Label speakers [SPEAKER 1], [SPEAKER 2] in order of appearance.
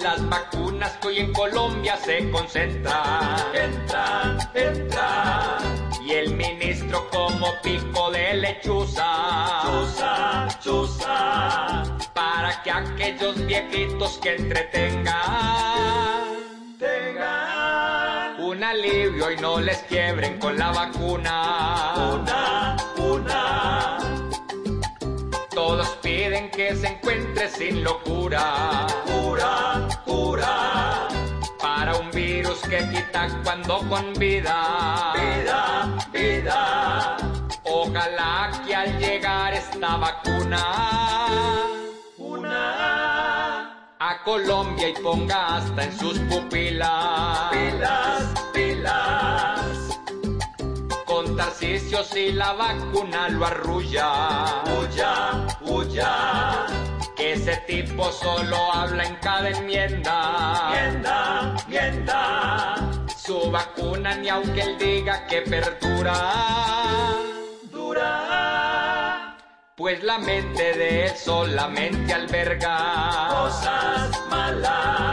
[SPEAKER 1] las vacunas que hoy en Colombia se concentran. Entran, entran. Y el ministro como pico de lechuza. Chuza, chuza. Para que aquellos viejitos que entretengan. Tengan. Un alivio y no les quiebren con la vacuna. Una, una. Todos piden que se encuentre sin locura. Cura, cura. Para un virus que quita cuando con vida. Vida, vida. Ojalá que al llegar esta vacuna. Una. A Colombia y ponga hasta en sus pupilas. Pilas, pilas con Tarcisio si la vacuna lo arrulla. Huya, huya. Que ese tipo solo habla en cada enmienda. Enmienda, enmienda. Su vacuna ni aunque él diga que perdura. Dura. Pues la mente de él solamente alberga. Cosas malas